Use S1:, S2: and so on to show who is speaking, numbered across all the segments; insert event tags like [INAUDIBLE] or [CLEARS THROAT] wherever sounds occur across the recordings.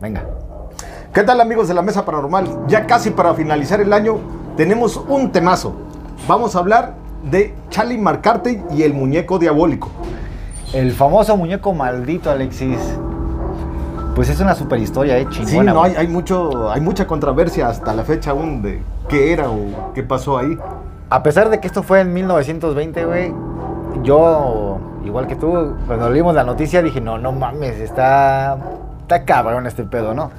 S1: Venga.
S2: ¿Qué tal amigos de la Mesa Paranormal? Ya casi para finalizar el año tenemos un temazo. Vamos a hablar de Charlie Marcarte y el muñeco diabólico.
S1: El famoso muñeco maldito, Alexis. Pues es una super historia, ¿eh? Chingona,
S2: Sí, no,
S1: güey.
S2: hay, hay mucho, hay mucha controversia hasta la fecha aún de qué era o qué pasó ahí.
S1: A pesar de que esto fue en 1920, güey, yo, igual que tú, cuando leímos la noticia dije, no, no mames, está, está cabrón este pedo, ¿no?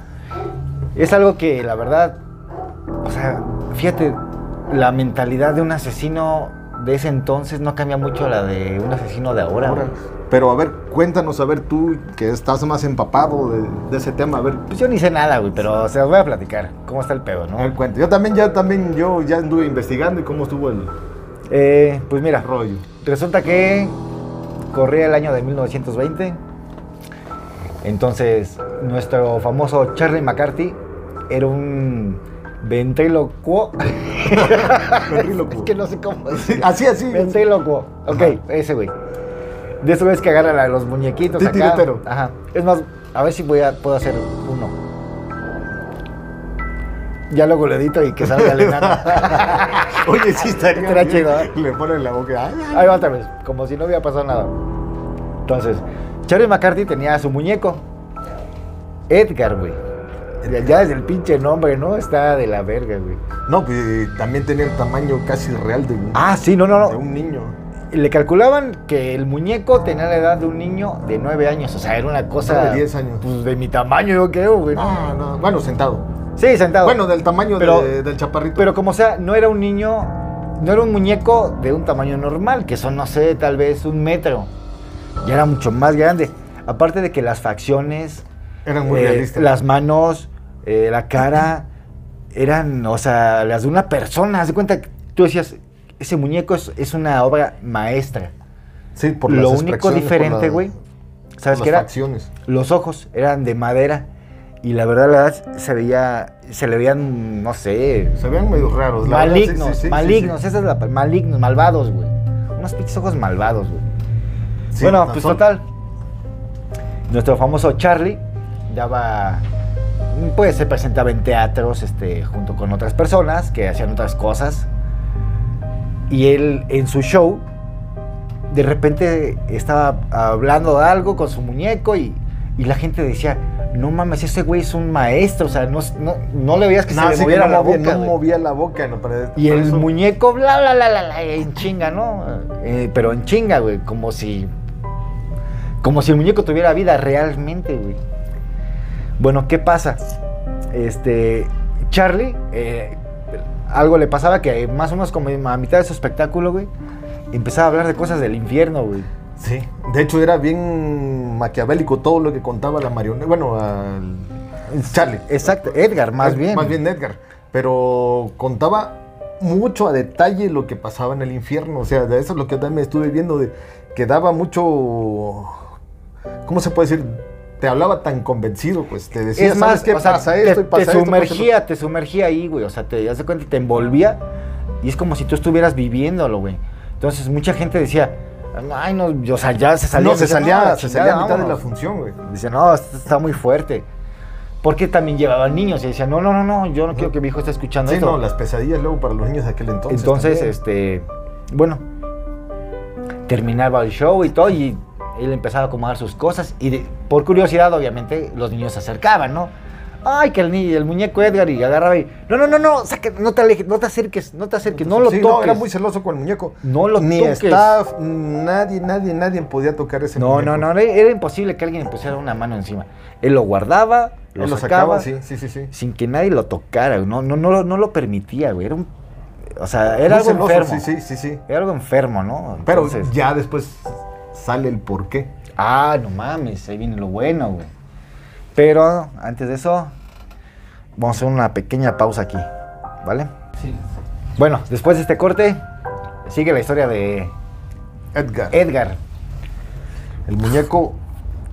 S1: Es algo que, la verdad, o sea, fíjate, la mentalidad de un asesino de ese entonces no cambia mucho a la de un asesino de ahora.
S2: Ahora,
S1: güey.
S2: pero a ver, cuéntanos, a ver tú que estás más empapado de, de ese tema, a ver.
S1: Pues yo ni sé nada, güey, pero se los voy a platicar. ¿Cómo está el pedo,
S2: a ver,
S1: no?
S2: cuenta. Yo también, ya también, yo ya anduve investigando y cómo estuvo el
S1: Eh, pues mira,
S2: rollo.
S1: Resulta que corría el año de 1920. Entonces, nuestro famoso Charlie McCarthy era un ventrílocuo. [LAUGHS] [LAUGHS]
S2: Ventrílocuo.
S1: es que no sé cómo
S2: Sí,
S1: decirlo.
S2: así, así.
S1: Ventrílocuo. Ok, ese güey. De esa vez que agarran a los muñequitos
S2: Sí,
S1: acá.
S2: tiritero.
S1: Ajá. Es más, a ver si voy a, puedo hacer uno. Ya luego lo edito y que salga el enano. [LAUGHS]
S2: Oye, sí estaría
S1: Estaría
S2: bien.
S1: chido, ¿eh?
S2: Le ponen la boca. ay, ay.
S1: Ahí va otra vez, como si no hubiera pasado nada. Entonces, Charlie McCarthy tenía a su muñeco. Edgar, güey. Ya- Ya desde el pinche nombre, ¿no? Está de la verga, güey.
S2: No, pues también tenía el tamaño casi real de un,
S1: Ah, sí, no, no,
S2: de
S1: no.
S2: un niño.
S1: Le calculaban que el muñeco tenía la edad de un niño de 9 años. O sea, era una cosa.
S2: De 10 años.
S1: Pues de mi tamaño, yo creo, güey.
S2: No, Ah, no, bueno, sentado.
S1: Sí, sentado.
S2: Bueno, del tamaño de-
S1: Pero-
S2: del chaparrito.
S1: Pero como sea, no era un niño, no era un muñeco de un tamaño normal, que son, no sé, tal vez un metro. Ya era mucho más grande. Aparte de que las facciones,
S2: Eran muy
S1: eh,
S2: realistas.
S1: las manos, eh, la cara, eran, o sea, las de una persona. Haz de cuenta que tú decías, ese muñeco es, es una obra maestra.
S2: Sí, por
S1: Lo
S2: las
S1: único
S2: expresiones, por
S1: diferente,
S2: la-
S1: güey, ¿sabes
S2: por
S1: qué era?
S2: las facciones.
S1: Los ojos eran de madera y la verdad, la verdad, se veía, se le veían, no sé,
S2: Se vean medio raros. Pues la verdad, sí,
S1: Malignos,
S2: sí, sí, sí,
S1: malignos, ¿eh?
S2: sí.
S1: esa es la pa- malignos, malvados, güey. Unos pinches ojos malvados, güey.
S2: Sí,
S1: bueno,
S2: no,
S1: pues
S2: son-
S1: total. Nuestro famoso Charlie daba pues se presentaba en teatros este junto con otras personas que hacían otras cosas. Y él en su show de repente estaba hablando de algo con su muñeco y, y la gente decía, "No mames, ese güey es un maestro, o sea, no no, no le veías que se
S2: No, sí
S1: le
S2: que
S1: moviera
S2: no
S1: la
S2: movía-
S1: boca."
S2: No
S1: güey.
S2: movía la boca. No, pero-
S1: Y
S2: pero
S1: el
S2: eso-
S1: muñeco, bla, bla, bla, bla, bla, en chinga, ¿no? Eh, pero en chinga, güey, como si... Como si el muñeco tuviera vida realmente, güey. Bueno, ¿qué pasa? Este, Charlie, eh, algo le pasaba que más o menos como a mitad de su espectáculo, güey, empezaba a hablar de cosas del infierno, güey.
S2: Sí. De hecho, era bien maquiavélico todo lo que contaba la marioneta. Bueno, al- Charlie.
S1: Exacto, Edgar, más
S2: Ed-
S1: bien.
S2: Eh,
S1: ¿eh?
S2: Más bien Edgar. Pero contaba mucho a detalle lo que pasaba en el infierno. O sea, de eso es lo que también estuve viendo. De, que daba mucho. ¿Cómo se puede decir? Te hablaba tan convencido, pues. Te decía,
S1: es más,
S2: ¿sabes qué
S1: o sea,
S2: pasa
S1: te,
S2: esto y
S1: te
S2: pasa esto, pasa esto"?
S1: sumergía, te sumergía ahí, güey. O sea, te das de cuenta, te envolvía y es como si tú estuvieras viviéndolo, güey. Entonces, mucha gente decía, ay, no, o sea, ya se salía.
S2: no, se salía, se salía a mitad de la
S1: función.
S2: función, güey.
S1: Dice, no, esto está muy fuerte. Porque también llevaban niños y decían, no, no, no, no, yo no quiero que mi hijo esté escuchando
S2: Sí,
S1: esto.
S2: no, las pesadillas luego para los niños de aquel entonces.
S1: Entonces,
S2: también.
S1: este, bueno, terminaba el show y todo, y él empezaba a acomodar sus cosas, y de- por curiosidad, obviamente, los niños se acercaban, ¿no? Ay, que el, ni- el muñeco Edgar y agarraba y, no, no, no, no, saca- no te alejes, no te acerques, no te acerques, no lo
S2: Sí,
S1: toques.
S2: era muy celoso con el muñeco.
S1: No lo
S2: Ni
S1: toques.
S2: staff, nadie, nadie, nadie podía tocar ese
S1: no,
S2: muñeco.
S1: no, no, era imposible que alguien le pusiera una mano encima. Él lo guardaba, lo,
S2: Él lo
S1: sacaba,
S2: sacaba, sí, sí, sí, sí.
S1: sin que nadie lo tocara, no, no, no, lo- no lo permitía, güey, era un, o sea, era
S2: Muy
S1: algo
S2: celoso,
S1: enfermo.
S2: Sí, sí, sí, sí.
S1: Era algo enfermo, ¿no?
S2: Pero
S1: Entonces-
S2: ya después sale el porqué.
S1: Ah, no mames, ahí viene lo bueno, güey. Pero antes de eso, vamos a hacer una pequeña pausa aquí, ¿vale?
S3: Sí.
S1: Bueno, después de este corte, sigue la historia de
S2: Edgar,
S1: Edgar.
S2: el muñeco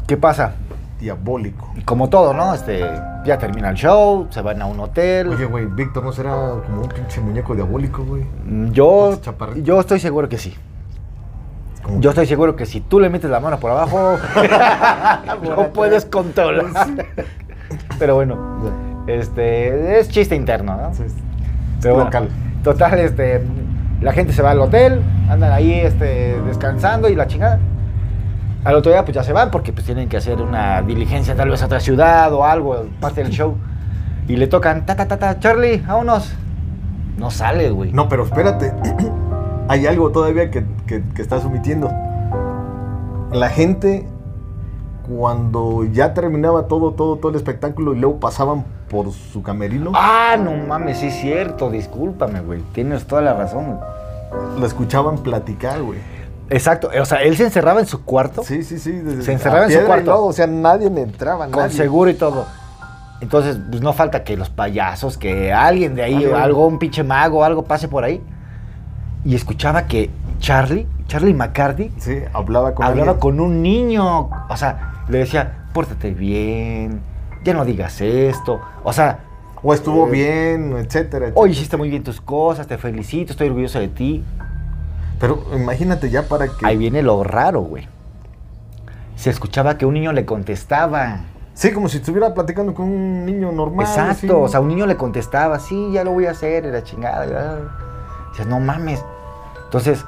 S1: ¿Qué pasa?
S2: diabólico.
S1: Como todo, ¿no? Este, ya termina el show, se van a un hotel.
S2: Oye, güey, Víctor no será como un pinche muñeco diabólico, güey.
S1: Mm, yo,
S2: Este chaparrito.
S1: yo estoy seguro que sí.
S2: Como-
S1: Yo estoy seguro que
S2: [LAUGHS]
S1: [LAUGHS]
S2: Pues
S1: si tú le metes la mano por abajo, no puedes controlar. Pero bueno, este, es chiste interno, ¿no?
S2: Sí, es- es
S1: Pero bueno,
S2: local.
S1: Total, este, la gente se va al hotel, andan ahí este, descansando y la chingada. Al otro día pues ya se van porque pues tienen que hacer una diligencia tal vez a otra ciudad o algo, parte del show. Y le tocan, ta, ta, ta, ta, Charlie, vámonos. No sale, güey.
S2: No, pero espérate. [CLEARS THROAT] Hay algo todavía que, que- que estás omitiendo. La gente, cuando ya terminaba todo, todo, todo el espectáculo y luego pasaban por su camerino,
S1: Ah, no mames, sí es cierto, discúlpame, güey. Tienes toda la razón. güey.
S2: la escuchaban platicar, güey.
S1: Exacto, o sea, él se encerraba en su cuarto
S2: Sí, sí, sí. desde-
S1: Se encerraba
S2: a
S1: en su
S2: piedra y
S1: cuarto.
S2: lodo, o sea, nadie le entraba,
S1: con
S2: nadie.
S1: seguro y todo. Entonces, pues no falta que los payasos, que alguien de ahí,
S2: Algo.
S1: o algo, un pinche mago, algo pase por ahí. Y escuchaba que Charlie, Charlie McCarthy,
S2: Sí, hablaba con
S1: hablaba
S2: alguien.
S1: con un niño. O sea, le decía, pórtate bien, ya no digas esto. O sea,
S2: O estuvo
S1: Eh,
S2: bien, etcétera, etcétera.
S1: hoy hiciste muy bien tus cosas, te felicito, estoy orgulloso de ti.
S2: Pero imagínate ya para que...
S1: Ahí viene lo raro, güey. Se escuchaba que un niño le contestaba.
S2: Sí, como si estuviera platicando con un niño normal.
S1: Exacto,
S2: así.
S1: o sea, un niño le contestaba, sí, ya lo voy a hacer, era chingada. y bla, bla, bla. Dices, no mames. Entonces,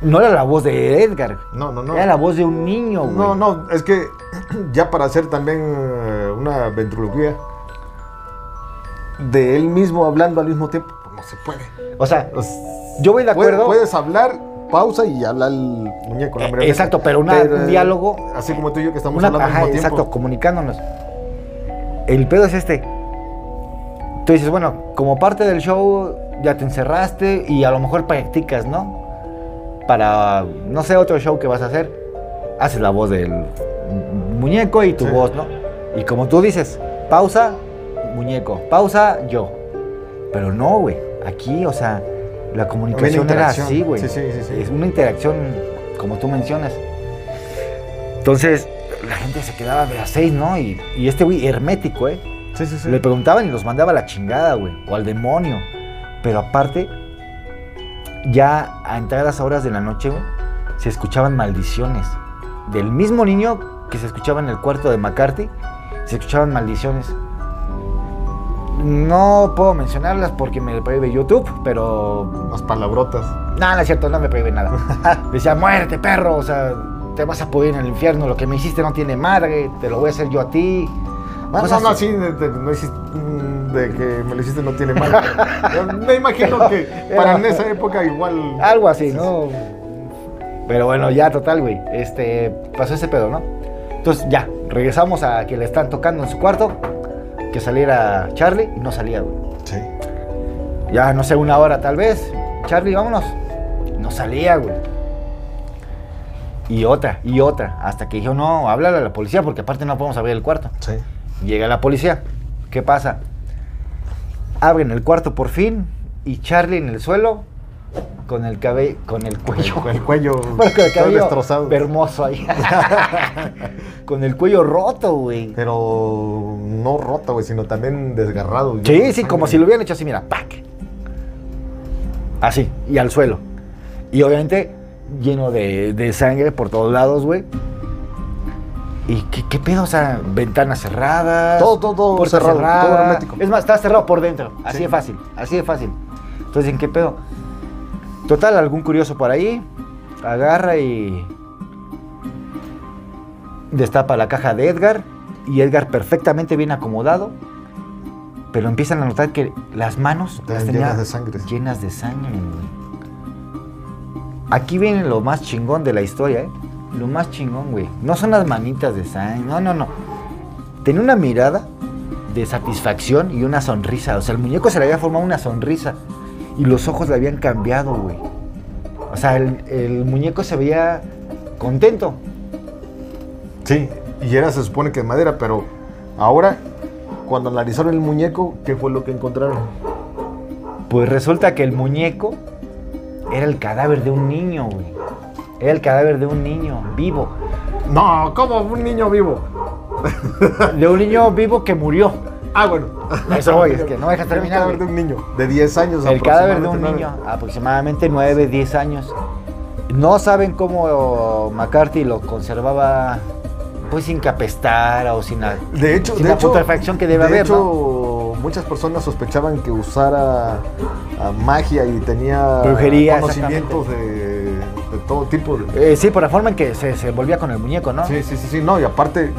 S1: no era la voz de Edgar,
S2: No, no, no.
S1: era la voz de un niño, güey.
S2: No, no, es que [CLEARS THROAT] ya para hacer también eh, una ventriloquía de él mismo hablando al mismo tiempo, pues no se puede.
S1: O sea,
S2: O sea,
S1: yo voy de
S2: Pues, puede-
S1: acuerdo.
S2: Puedes hablar, pausa y habla el muñeco. la
S1: Eh,
S2: marioneta.
S1: exacto, pero una- un
S2: eh,
S1: diálogo,
S2: Así como tú y yo que estamos
S1: una
S2: hablando al
S1: ajá,
S2: mismo tiempo.
S1: exacto, comunicándonos. El pedo es este. Tú dices, bueno, como parte del show ya te encerraste y a lo mejor practicas, ¿no? Para, no sé, otro show que vas a hacer. Haces la voz del mu- muñeco y tu
S2: Sí.
S1: voz, ¿no? Y como tú dices, pausa, muñeco, pausa, yo. Pero no, güey. Aquí, o sea, la comunicación era
S2: interacción.
S1: así, güey.
S2: Sí, sí, sí, sí.
S1: Es una interacción, como tú mencionas. Entonces, la gente se quedaba de las seis, ¿no? Y, y este güey hermético, ¿eh?
S2: Sí, sí, sí.
S1: Le preguntaban y los mandaba a la chingada, güey, o al demonio. Pero aparte, ya a entradas horas de la noche, güey, se escuchaban maldiciones. Del mismo niño que se escuchaba en el cuarto de McCarthy, se escuchaban maldiciones. No puedo mencionarlas porque me prohíbe YouTube, pero
S2: Las palabrotas.
S1: no, no es cierto, no me prohíbe nada.
S2: [LAUGHS]
S1: Decía, muerte, perro, o sea, te vas a pudrir en el infierno, lo que me hiciste no tiene madre, te lo voy a hacer yo a ti.
S2: Ah, no,
S1: Cosas
S2: no,
S1: Pues así.
S2: sí, de, de- no hiciste- mm, de que me lo hiciste no
S1: [LAUGHS]
S2: tiene mal. Me imagino que para en esa época igual.
S1: Algo así, ¿no? Pero bueno, ya, total, güey, este, pasó ese pedo, ¿no? Entonces ya, regresamos a que le están tocando en su cuarto, que saliera Charlie, y no salía, güey.
S2: Sí.
S1: Ya, no sé, una hora tal vez. Charlie, vámonos. No salía, güey. Y otra, y otra. Hasta que dijo, no, háblale a la policía porque aparte no podemos abrir el cuarto.
S2: Sí.
S1: Llega la policía. ¿Qué pasa? Abren el cuarto por fin y Charlie en el suelo con el cabello, con el cuello.
S2: Con el cuello
S1: [LAUGHS] Bueno, con el
S2: todo
S1: cabello
S2: destrozado.
S1: hermoso
S2: [LAUGHS]
S1: ahí. con el cuello roto, güey.
S2: Pero no roto, güey, sino también desgarrado.
S1: Sí, sí, como si lo hubieran hecho así, mira, ¡pac! Así, y al suelo. Y obviamente lleno de, de sangre por todos lados, güey. ¿Y qué, qué pedo? O sea, ventanas cerradas.
S2: Todo, todo, todo
S1: puertas
S2: cerrado, todo
S1: cerradas.
S2: hermético.
S1: Es más, está cerrado por dentro. Así
S2: Sí.
S1: de fácil, así de fácil. Entonces, ¿en qué pedo? Total, algún curioso por ahí agarra y destapa la caja de Edgar y Edgar perfectamente bien acomodado, pero empiezan a notar que las manos
S2: Estaban
S1: las tenía
S2: llenas de sangre.
S1: llenas de sangre, güey. Aquí viene lo más chingón de la historia, ¿eh? Lo más chingón, güey. No son las manitas de sangre, no, no, no. Tenía una mirada de satisfacción y una sonrisa. O sea, el muñeco se le había formado una sonrisa y los ojos le habían cambiado, güey. O sea, el, el muñeco se veía contento.
S2: Sí, y era, se supone que de madera, pero ahora, cuando analizaron el muñeco, ¿qué fue lo que encontraron?
S1: Pues resulta que el muñeco era el cadáver de un niño, güey. Era el cadáver de un niño vivo.
S2: [LAUGHS] No, como un niño vivo.
S1: De un niño vivo que murió.
S2: Ah, bueno.
S1: Eso voy, es que no me dejas
S2: Era El
S1: terminar,
S2: cadáver de
S1: güey.
S2: [LAUGHS] un niño, de 10 años
S1: El cadáver de un
S2: Pues
S1: niño, aproximadamente
S2: aproximadamente,
S1: 9, 10 años. No saben cómo McCarthy lo conservaba pues sin que apestara o sin la,
S2: De hecho,
S1: sin
S2: de
S1: la
S2: hecho,
S1: putrefacción que debe
S2: de
S1: haber,
S2: hecho,
S1: ¿no?
S2: muchas personas sospechaban que usara ah, magia y tenía
S1: Brujería,
S2: conocimientos de, de todo tipo. de-
S1: Eh, sí, por la forma en que se, se volvía con el muñeco, ¿no?
S2: Sí, sí, sí, sí, no, y aparte,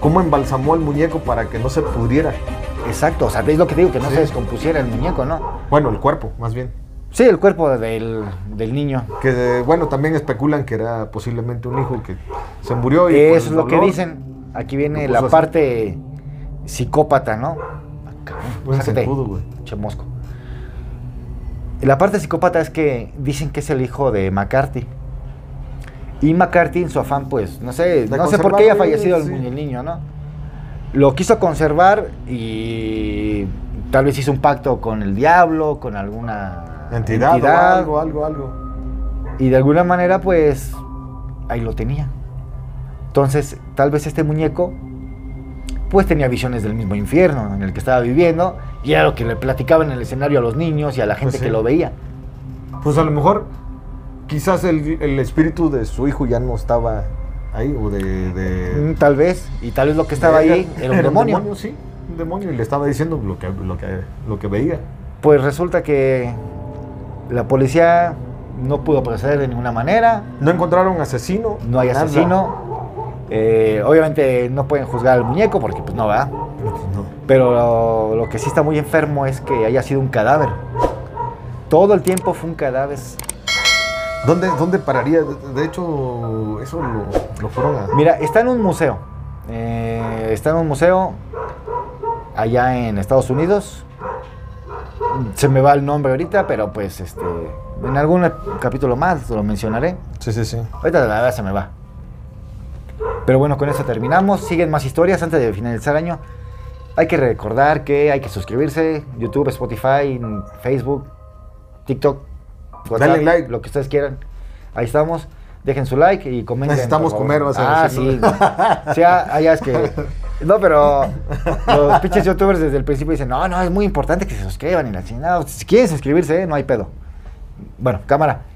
S2: cómo embalsamó al muñeco para que no se pudriera.
S1: Exacto, o sea, es lo que digo, que no
S2: Sí.
S1: se descompusiera el muñeco, ¿no?
S2: Bueno, el cuerpo, más bien.
S1: Sí, el cuerpo del, del niño.
S2: Que bueno, también especulan que era posiblemente un hijo que se murió y. por el
S1: Eso es lo que
S2: dolor-
S1: dicen. Aquí viene
S2: Lo
S1: la
S2: puso así.
S1: parte psicópata, ¿no? Ah, cabrón,
S2: Un
S1: sácate,
S2: zancudo, pues, güey.
S1: che mosco. La parte psicópata es que dicen que es el hijo de McCarthy. Y McCarthy en su afán, pues, no sé,
S2: De
S1: no sé por qué haya
S2: conservar,
S1: fallecido el,
S2: sí.
S1: mu- el niño, ¿no? Lo quiso conservar y tal vez hizo un pacto con el diablo, con alguna
S2: Entidad, o
S1: entidad,
S2: algo, algo, algo.
S1: y de alguna manera, pues, ahí lo tenía. Entonces, tal vez este muñeco, pues tenía visiones del mismo infierno en el que estaba viviendo, y era lo que le platicaba en el escenario a los niños y a la gente
S2: Pues sí.
S1: que lo veía.
S2: Pues a lo mejor, quizás el, el espíritu de su hijo ya no estaba ahí, o de. de-
S1: Mm, Tal vez, y tal vez lo que estaba [LAUGHS] ahí era un demonio.
S2: sí, un demonio, y le estaba diciendo lo que, lo que, lo que veía.
S1: Pues resulta que la policía no pudo proceder de ninguna manera,
S2: No encontraron asesino.
S1: no hay
S2: nada.
S1: asesino. Eh, obviamente no pueden juzgar al muñeco porque pues no va.
S2: No.
S1: Pero lo, lo que sí está muy enfermo es que haya sido un cadáver. Todo el tiempo fue un cadáver.
S2: ¿Dónde, ¿Dónde pararía? De de hecho, eso lo, lo fueron a.
S1: Mira, está en un museo. Eh, está en un museo allá en Estados Unidos. Se me va el nombre ahorita, pero pues este, en algún capítulo más lo mencionaré.
S2: Sí, sí, sí.
S1: Ahorita la verdad se me va. Pero bueno, con eso terminamos. Siguen más historias antes de finalizar el año. Hay que recordar que hay que suscribirse. YouTube, Spotify, Facebook, TikTok.
S2: Dale like.
S1: Lo que ustedes quieran. Ahí estamos. Dejen su like y comenten.
S2: Necesitamos
S1: por
S2: comer,
S1: favor.
S2: vas a
S1: Ah,
S2: decir,
S1: sí.
S2: ¿no?
S1: güey. Sí, ah, ah, ya es
S2: [LAUGHS]
S1: que... No, pero los pinches youtubers desde el principio dicen, no, no, es muy importante que se suscriban y la chingada. Si quieren suscribirse, eh, no hay pedo. Bueno, cámara.